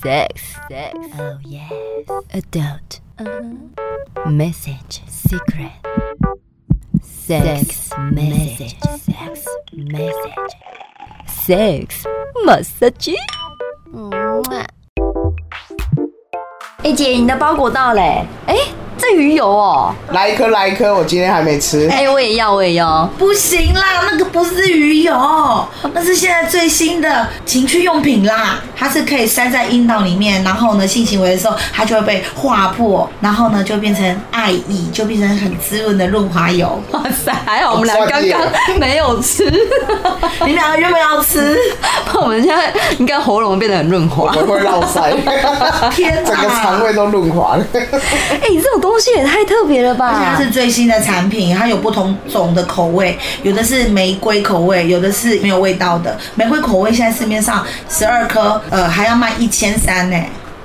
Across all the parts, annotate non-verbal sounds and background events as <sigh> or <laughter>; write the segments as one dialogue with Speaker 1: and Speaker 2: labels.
Speaker 1: Sex, sex. Oh yes. Adult. Uh-huh. Message, secret. Sex, message, sex, message. Sex, massage. 哎、姐，你的包裹到嘞、哎、这鱼油哦。
Speaker 2: 来一颗，来一颗，我今天还没吃。
Speaker 1: 哎、我也要，我也要。
Speaker 3: 不行啦，那个不是鱼油，那是现在最新的情趣用品啦。它是可以塞在阴道里面，然后呢，性行为的时候它就会被划破，然后呢就变成爱意，就变成很滋润的润滑
Speaker 1: <laughs>
Speaker 3: 油。
Speaker 1: <laughs> 哇塞，还好我们俩刚刚没有吃， <laughs>
Speaker 3: 你们两个原本要吃，
Speaker 1: 不然我们现在应该喉咙变得很润滑
Speaker 2: 我。会绕塞，
Speaker 3: 天哪
Speaker 2: 整个肠胃都润滑了。
Speaker 1: 哎、你这种东西也太特别了吧！
Speaker 3: 而且它是最新的产品，它有不同种的口味，有的是玫瑰口味，有的是没有味道的。玫瑰口味现在市面上十二颗，呃，还要卖一千三呢。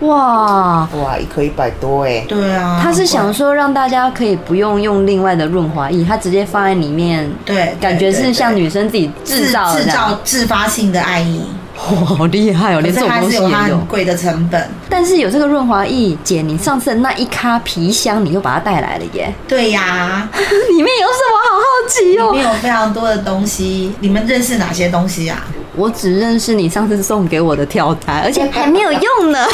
Speaker 1: 哇，
Speaker 2: 哇，一颗一百多哎，
Speaker 3: 对啊，
Speaker 1: 他是想说让大家可以不用用另外的润滑液，它直接放在里面，
Speaker 3: 对
Speaker 1: 感觉是像女生自己
Speaker 3: 自
Speaker 1: 制造的
Speaker 3: 制
Speaker 1: 这样。
Speaker 3: 造自发性的爱意，
Speaker 1: 哇，好厉害哦，
Speaker 3: 可
Speaker 1: 连
Speaker 3: 是
Speaker 1: 这种
Speaker 3: 它
Speaker 1: 东
Speaker 3: 是
Speaker 1: 西
Speaker 3: 有它
Speaker 1: 也有
Speaker 3: 很。贵的成本。
Speaker 1: 但是有这个润滑液，姐，你上次的那一咖皮箱，你又把它带来了耶， <laughs>
Speaker 3: 对呀、
Speaker 1: 里面有什么？好好奇
Speaker 3: 里
Speaker 1: 哦。
Speaker 3: 面有非常多的东西，你们认识哪些东
Speaker 1: <laughs>
Speaker 3: 西啊？
Speaker 1: 我只认识你上次送给我的跳台，而且还没有用
Speaker 3: <laughs>
Speaker 1: 呢。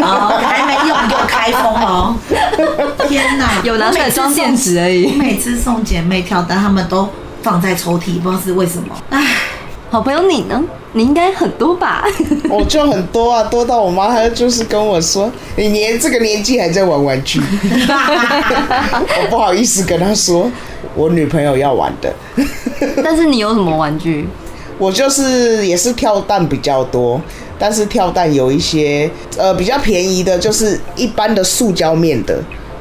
Speaker 3: 哦，还没用就开封哦！
Speaker 1: <laughs>
Speaker 3: 天哪，
Speaker 1: 有拿出来装电池而
Speaker 3: 我
Speaker 1: 已。
Speaker 3: 每次送姐妹跳单，她们都放在抽屉，不知道是为什么。啊唉，
Speaker 1: 好朋友你呢？你应该很多吧？ <laughs>
Speaker 2: 我就很多啊，多到我妈她就是跟我说，你连这个年纪还在玩玩 <laughs> 具，我不好意思跟她说，我女朋友要玩的。
Speaker 1: 但是你有什么玩具？
Speaker 2: 我就是也是跳蛋比较多，但是跳蛋有一些呃比较便宜的，就是一般的塑胶面的。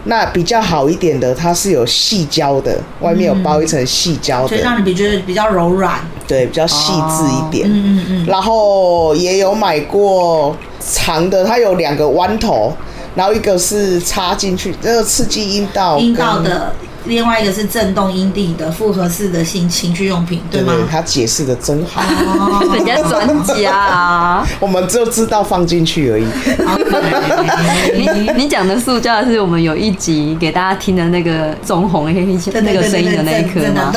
Speaker 2: 那比较好一点的，它是有细胶的，外面有包一层细胶
Speaker 3: 所
Speaker 2: 的，
Speaker 3: 以让你比觉得比较柔软。
Speaker 2: 对，比较细致一点。
Speaker 3: 嗯嗯嗯，
Speaker 2: 然后也有买过长的，它有两个弯头，然后一个是插进去，这个刺激阴道，
Speaker 3: 阴道，的。另外一个是震动阴蒂的复合式的性情趣用品，对
Speaker 2: 对
Speaker 3: 吗
Speaker 2: 对？，他解释的真好，
Speaker 3: 哦
Speaker 1: <laughs> 人家
Speaker 3: <laughs>
Speaker 1: 专家
Speaker 2: <laughs>
Speaker 1: 啊！
Speaker 2: 我们就知道放进去而已。
Speaker 1: <laughs> 你
Speaker 3: 对
Speaker 1: 你讲的塑胶是我们有一集给大家听的那个中红那个声音的那一颗吗？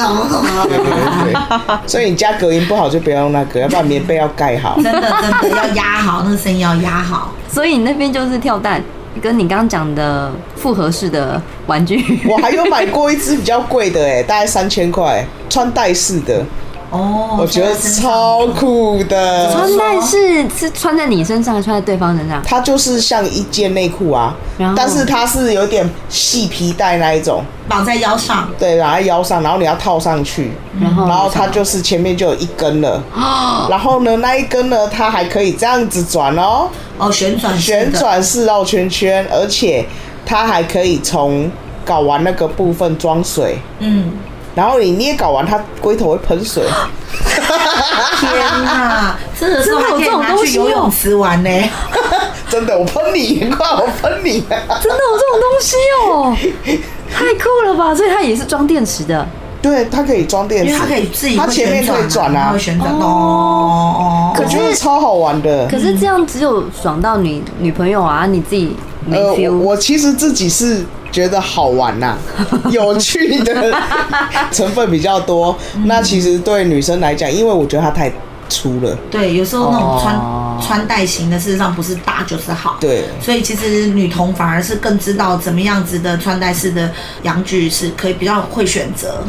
Speaker 2: 对对对，所以你家隔音不好就不要用那个，要不然棉被要盖
Speaker 1: <laughs>
Speaker 2: 好。
Speaker 3: <laughs> 真的真的要压好，那个声音要压好。
Speaker 1: 所以你那边就是跳蛋，跟你刚刚讲的复合式的玩具。
Speaker 2: 我还有买过一只比较贵的、哎，大概三千块，穿戴式的，
Speaker 3: 哦，
Speaker 2: 我觉得超酷的。
Speaker 1: 穿戴是是穿在你身上，还是穿在对方身上？
Speaker 2: 它就是像一件内裤啊
Speaker 1: 然后，
Speaker 2: 但是它是有点细皮带那一种，
Speaker 3: 绑在腰上，
Speaker 2: 对，绑在腰上，然后你要套上去，
Speaker 1: 然后
Speaker 2: 然后它就是前面就有一根了，然后呢那一根呢它还可以这样子转哦，
Speaker 3: 哦，旋转式的
Speaker 2: 旋，转式绕圈圈，而且它还可以从搞完那个部分装水， <laughs>
Speaker 3: 嗯，
Speaker 2: 然后你捏搞完，它龟头会喷 <laughs> 水。
Speaker 3: 天哪，这个时候还可以拿去游泳池玩呢。
Speaker 2: 真的，我喷你，快，我喷你、
Speaker 1: 真的有这种东西哦， <laughs> 太酷了吧！所以它也是装电池的。
Speaker 2: 对，它可以装电池，
Speaker 3: 因为它可以自己
Speaker 2: 它
Speaker 3: 会
Speaker 2: 前面
Speaker 3: 旋
Speaker 2: 可
Speaker 3: 转、
Speaker 2: 以转
Speaker 3: 它
Speaker 2: 啊
Speaker 3: 会，旋转哦哦
Speaker 2: 我
Speaker 3: 哦。
Speaker 2: 觉得超好玩的。
Speaker 1: 可是这样只有爽到你女朋友啊，你自己没
Speaker 2: 呃，
Speaker 1: feel。
Speaker 2: 我我其实自己是觉得好玩
Speaker 1: <laughs>
Speaker 2: 呐、有趣的成分比较多。那其实对女生来讲，因为我觉得它太粗了，
Speaker 3: 对，有时候那种穿、
Speaker 1: 哦
Speaker 3: 穿戴型的，事实上不是大就是好。
Speaker 2: 对
Speaker 3: 所以其实女童反而是更知道怎么样子的穿戴式的洋具是可以比较会选择。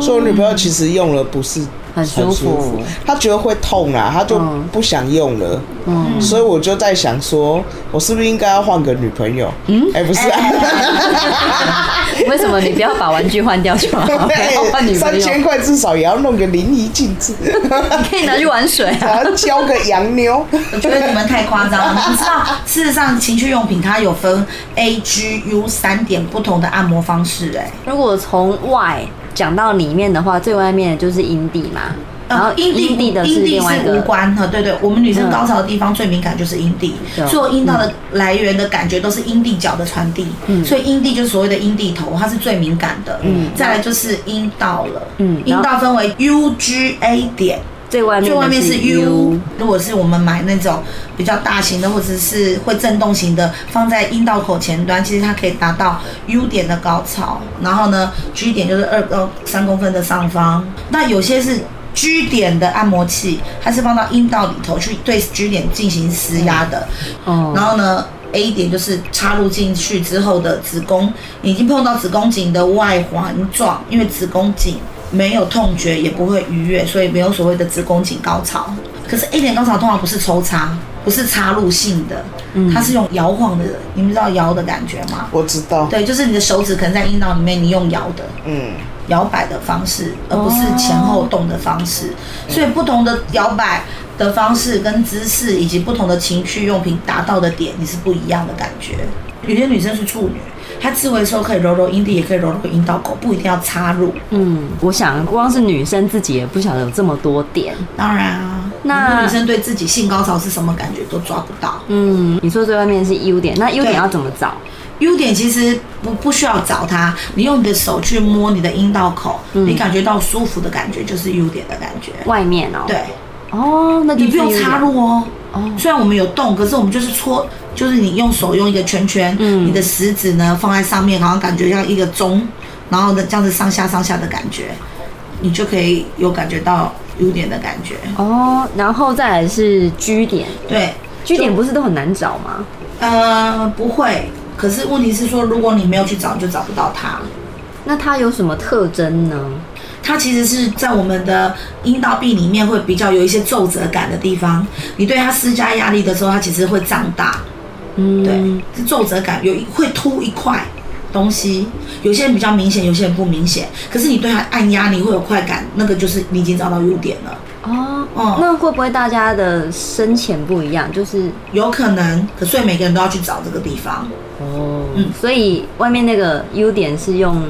Speaker 2: 所以我女朋友其实用了不是
Speaker 1: 很舒服
Speaker 2: 服她觉得会痛啊，她就
Speaker 1: 嗯
Speaker 2: 不想用了。
Speaker 1: 嗯，
Speaker 2: 所以我就在想说，我是不是应该要换个女朋友？嗯，
Speaker 1: <laughs>
Speaker 2: 哎、不是、啊。
Speaker 1: 为什么你不要把玩具换掉就
Speaker 2: <laughs>
Speaker 1: 好？不要换女朋
Speaker 2: 哎三
Speaker 1: 友，
Speaker 2: 千块至少也要弄个淋漓尽致，
Speaker 1: 你可以拿去玩水啊。
Speaker 2: 然后教个洋妞。 <laughs>
Speaker 3: 我觉得你们太夸张了。 <laughs> 你们知道，事实上情趣用品它有分 A、G、U 三点不同的按摩方式、哎。
Speaker 1: <laughs> 如果从外讲到里面的话，最外面的就是阴蒂
Speaker 3: 啊
Speaker 1: 嘛，然后
Speaker 3: 呃阴蒂
Speaker 1: 阴蒂的
Speaker 3: 阴
Speaker 1: 是
Speaker 3: 蒂
Speaker 1: 另外一
Speaker 3: 是无
Speaker 1: 个。
Speaker 3: 关的，对对，我们女生
Speaker 1: 嗯
Speaker 3: 高潮的地方最敏感就是阴蒂，
Speaker 1: 对
Speaker 3: 所有阴道的来源的感觉都是阴蒂角的传递，
Speaker 1: 嗯
Speaker 3: 所以阴蒂就是所谓的阴蒂头，它是最敏感的。
Speaker 1: 嗯
Speaker 3: 再来就是阴道了，
Speaker 1: 嗯
Speaker 3: 阴道分为 U G A 点。
Speaker 1: 最外面
Speaker 3: 最
Speaker 1: 的
Speaker 3: 外面是
Speaker 1: 是
Speaker 3: U
Speaker 1: U。
Speaker 3: 如果是我们买那种比较大型的，或者是会震动型的，放在阴道口前端，其实它可以达到 U 点的高潮。然后呢，G 点就是二到三公分的上方。那有些是 G 点的按摩器，它是放到阴道里头去对 G 点进行施压的。
Speaker 1: 哦
Speaker 3: 然后呢，A 点就是插入进去之后的子宫，你已经碰到子宫颈的外环状，因为子宫颈没有痛觉，也不会愉悦，所以没有所谓的子宫颈高潮。可是 A 点高潮通常不是抽插，不是插入性的，它是用摇晃的，你们知道摇的感觉吗？
Speaker 2: 我知道，
Speaker 3: 对，就是你的手指可能在阴道里面，你用摇的，
Speaker 2: 嗯，
Speaker 3: 摇摆的方式，而不是前后动的方式。所以不同的摇摆的方式跟姿势，以及不同的情趣用品达到的点，你是不一样的感觉。有些女生是处女，她自慰的时候可以揉揉阴蒂，也可以揉揉阴道口，不一定要插入。
Speaker 1: 嗯，我想光是女生自己也不晓得有这么多点。
Speaker 3: 当然啊，
Speaker 1: 那
Speaker 3: 很多女生对自己性高潮是什么感觉都抓不到。
Speaker 1: 嗯，你说最外面是 U 点，那 U 点
Speaker 3: 对
Speaker 1: 要怎么找？
Speaker 3: 优点其实不不需要找它，你用你的手去摸你的阴道口，你感觉到舒服的感觉就是优点的感觉。
Speaker 1: 外面哦，
Speaker 3: 对。
Speaker 1: 哦，那就
Speaker 3: 你
Speaker 1: 是
Speaker 3: 不用
Speaker 1: U 点
Speaker 3: 插入哦。
Speaker 1: 哦
Speaker 3: 虽然我们有动，可是我们就是搓，就是你用手用一个圈圈，
Speaker 1: 嗯
Speaker 3: 你的食指呢放在上面，好像感觉像一个钟，然后呢这样子上下上下的感觉，你就可以有感觉到优点的感觉。
Speaker 1: 哦，然后再来是 G 点
Speaker 3: 对，
Speaker 1: ，G 点不是都很难找吗？
Speaker 3: 呃，不会。可是问题是说，如果你没有去找，你就找不到它。
Speaker 1: 那它有什么特征呢？
Speaker 3: 它其实是在我们的阴道壁里面会比较有一些皱褶感的地方，你对它施加压力的时候，它其实会胀大。
Speaker 1: 嗯，
Speaker 3: 对，是皱褶感，有一会凸一块东西，有些人比较明显，有些人不明显。可是你对它按压，你会有快感，那个就是你已经找到优点了。
Speaker 1: 哦，
Speaker 3: 嗯
Speaker 1: 那会不会大家的深浅不一样？就是
Speaker 3: 有可能，可所以每个人都要去找这个地方。
Speaker 1: 哦，
Speaker 3: 嗯
Speaker 1: 所以外面那个 U 点是用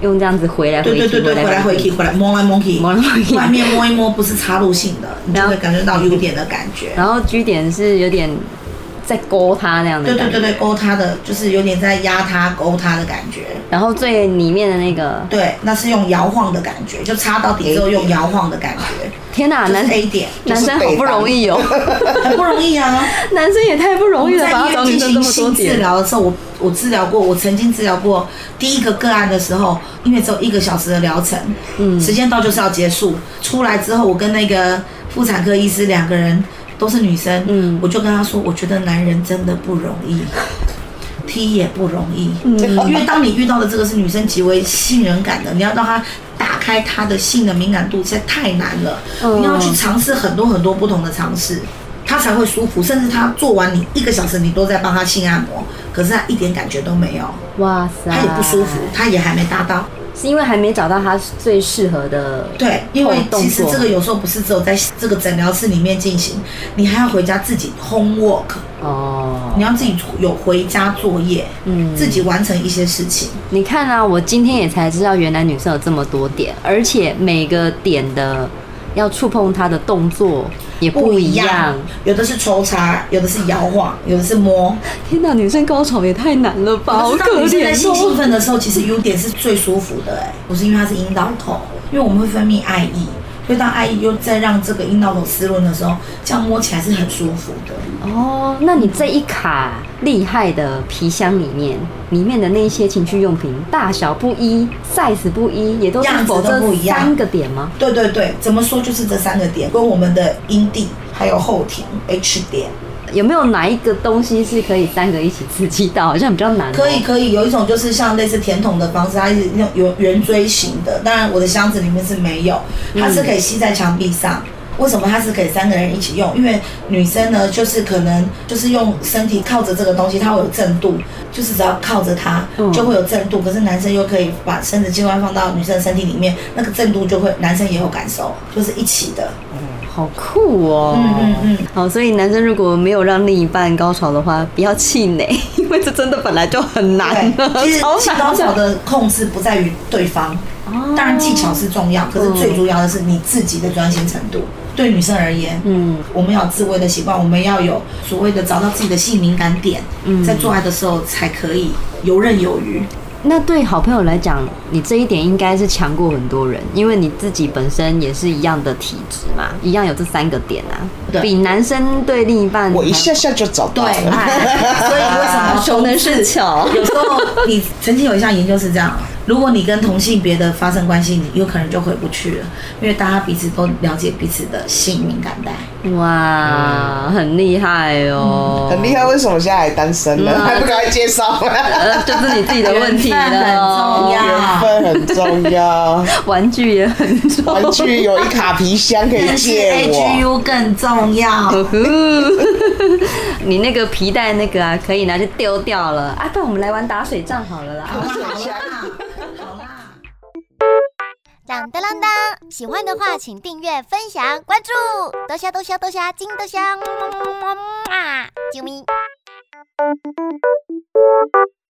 Speaker 1: 用这样子回来
Speaker 3: 对
Speaker 1: 回
Speaker 3: 对
Speaker 1: 去，
Speaker 3: 对对，回来回去，回来摸来摸去，
Speaker 1: 摸来摸去
Speaker 3: 外面摸一摸，不是插入性 <laughs> 的，你就
Speaker 1: 然后
Speaker 3: 会感觉到优点的感 <laughs> 觉。
Speaker 1: 然后 G 点是有点在勾它那样的
Speaker 3: 对对
Speaker 1: 感觉，
Speaker 3: 对对，勾它的就是有点在压它、勾它的感觉。
Speaker 1: 然后最里面的那个，
Speaker 3: 对，那是用摇晃的感觉，就插到底之后用摇晃的感觉，
Speaker 1: 天哪，
Speaker 3: 这
Speaker 1: 男
Speaker 3: 是 A <laughs> 点，
Speaker 1: 男生好不容
Speaker 3: <laughs>
Speaker 1: 易哦，
Speaker 3: 很不容易啊。
Speaker 1: 男生也太不容易了吧，要
Speaker 3: 我
Speaker 1: 找
Speaker 3: 们在医
Speaker 1: 女生这
Speaker 3: 院进行
Speaker 1: 么多
Speaker 3: 性治
Speaker 1: 点，
Speaker 3: 疗的时候，我我治疗过，我曾经治疗过第一个个案的时候，因为只有一个小时的疗程，
Speaker 1: 嗯
Speaker 3: 时间到就是要结束。出来之后，我跟那个妇产科医师两个人都是女生，
Speaker 1: 嗯
Speaker 3: 我就跟她说，我觉得男人真的不容易。 <laughs> 踢也不容易，
Speaker 1: 嗯
Speaker 3: 哦因为当你遇到的这个是女生极为信任感的，你要让她打开她的性的敏感度，实在太难了。
Speaker 1: 嗯
Speaker 3: 你要去尝试很多很多不同的尝试，她才会舒服。甚至她做完你一个小时，你都在帮她性按摩，可是她一点感觉都没有，
Speaker 1: 哇塞，
Speaker 3: 她也不舒服，她也还没达到。
Speaker 1: 是因为还没找到他最适合的
Speaker 3: 对，因为
Speaker 1: 动
Speaker 3: 其实
Speaker 1: 作
Speaker 3: 这个有时候不是只有在这个诊疗室里面进行，你还要回家自己 homework，
Speaker 1: 哦
Speaker 3: 你。要自己有回家作业，
Speaker 1: 嗯
Speaker 3: 自己完成一些事情。
Speaker 1: 你看啊，我今天也才知道，原来女生有这么多点，而且每个点的要触碰她的动作也不一样。
Speaker 3: 有的是抽插，有的是摇晃，有的是摸。
Speaker 1: 天哪，女生高潮也太难了吧，好
Speaker 3: 我知道
Speaker 1: 可
Speaker 3: 女生在
Speaker 1: 怜
Speaker 3: 性兴
Speaker 1: 哦。
Speaker 3: 奋的时候，其实优点是最舒服的、哎，不是因为它是阴道口，因为我们会分泌爱意，所以当爱意又在让这个阴道口湿润的时候，这样摸起来是很舒服的。
Speaker 1: 哦，那你这一卡厉害的皮箱里面，里面的那些情趣用品大小不一，size 不一，也都是
Speaker 3: 样子
Speaker 1: 否
Speaker 3: 都
Speaker 1: 这
Speaker 3: 不一样
Speaker 1: 三个点吗？
Speaker 3: 对对对，怎么说就是这三个点，跟我们的阴蒂还有后庭 H 点，
Speaker 1: 有没有哪一个东西是可以三个一起刺激到？好像比较难、哦。
Speaker 3: 可以可以，有一种就是像类似甜筒的方式，它是那种圆圆锥形的，当然我的箱子里面是没有，
Speaker 1: 嗯
Speaker 3: 它是可以吸在墙壁上。为什么它是可以三个人一起用？因为女生呢，就是可能就是用身体靠着这个东西，它会有震度，就是只要靠着它
Speaker 1: 嗯
Speaker 3: 就会有震度。可是男生又可以把生殖器官放到女生的身体里面，那个震度就会男生也有感受，就是一起的。
Speaker 1: 好酷哦！
Speaker 3: 嗯嗯嗯
Speaker 1: 好，所以男生如果没有让另一半高潮的话，不要气馁， <laughs> 因为这真的本来就很难了，
Speaker 3: 对，其实
Speaker 1: 超
Speaker 3: 性高
Speaker 1: 难
Speaker 3: 潮的控制不在于对方，
Speaker 1: 哦
Speaker 3: 当然技巧是重要，可是最主要的是你自己的专心程度。对女生而言，
Speaker 1: 嗯，
Speaker 3: 我们要有自慰的习惯，我们要有嗯所谓的找到自己的性敏感点，在做爱的时候才可以游刃有余。
Speaker 1: 那对好朋友来讲，你这一点应该是强过很多人，因为你自己本身也是一样的体质嘛，一样有这三个点啊，
Speaker 3: 对
Speaker 1: 比男生对另一半
Speaker 2: 我一下下就找到
Speaker 3: 对， <laughs> 所以为
Speaker 2: 了。
Speaker 3: 什 <laughs> 么
Speaker 4: 熟能生巧。
Speaker 3: 有时候你曾经有一项研究是这样，如果你跟同性别的发生关系，你有可能就回不去了，因为大家彼此都了解彼此的性敏感带。
Speaker 1: 哇，很厉害
Speaker 3: 嗯
Speaker 1: 哦，
Speaker 2: 很厉害，为什么现在还单身呢？
Speaker 1: 嗯啊
Speaker 2: 还不赶快
Speaker 1: <laughs>
Speaker 2: 介绍？
Speaker 1: 呃，就是你自己的问题
Speaker 3: 缘分
Speaker 1: 了
Speaker 3: <laughs> 很重
Speaker 1: 哦，
Speaker 3: 要
Speaker 2: 缘分很重要，
Speaker 1: 玩具也很重要，
Speaker 2: 玩具有一卡皮箱可以
Speaker 3: 但是
Speaker 1: <laughs> 哎
Speaker 2: 借
Speaker 3: H
Speaker 2: 我。
Speaker 3: U 更重要。
Speaker 1: 呼呼，哦 <laughs> 你那个皮带那个啊，可以拿去丢掉了啊，不然我们来玩打水仗好了啦。 <laughs>
Speaker 3: 好啦，好啦，好啦。
Speaker 5: 当当当当！喜欢的话，请订阅、分享、关注，多虾多虾多虾金多虾，么么么么么啊！啾咪。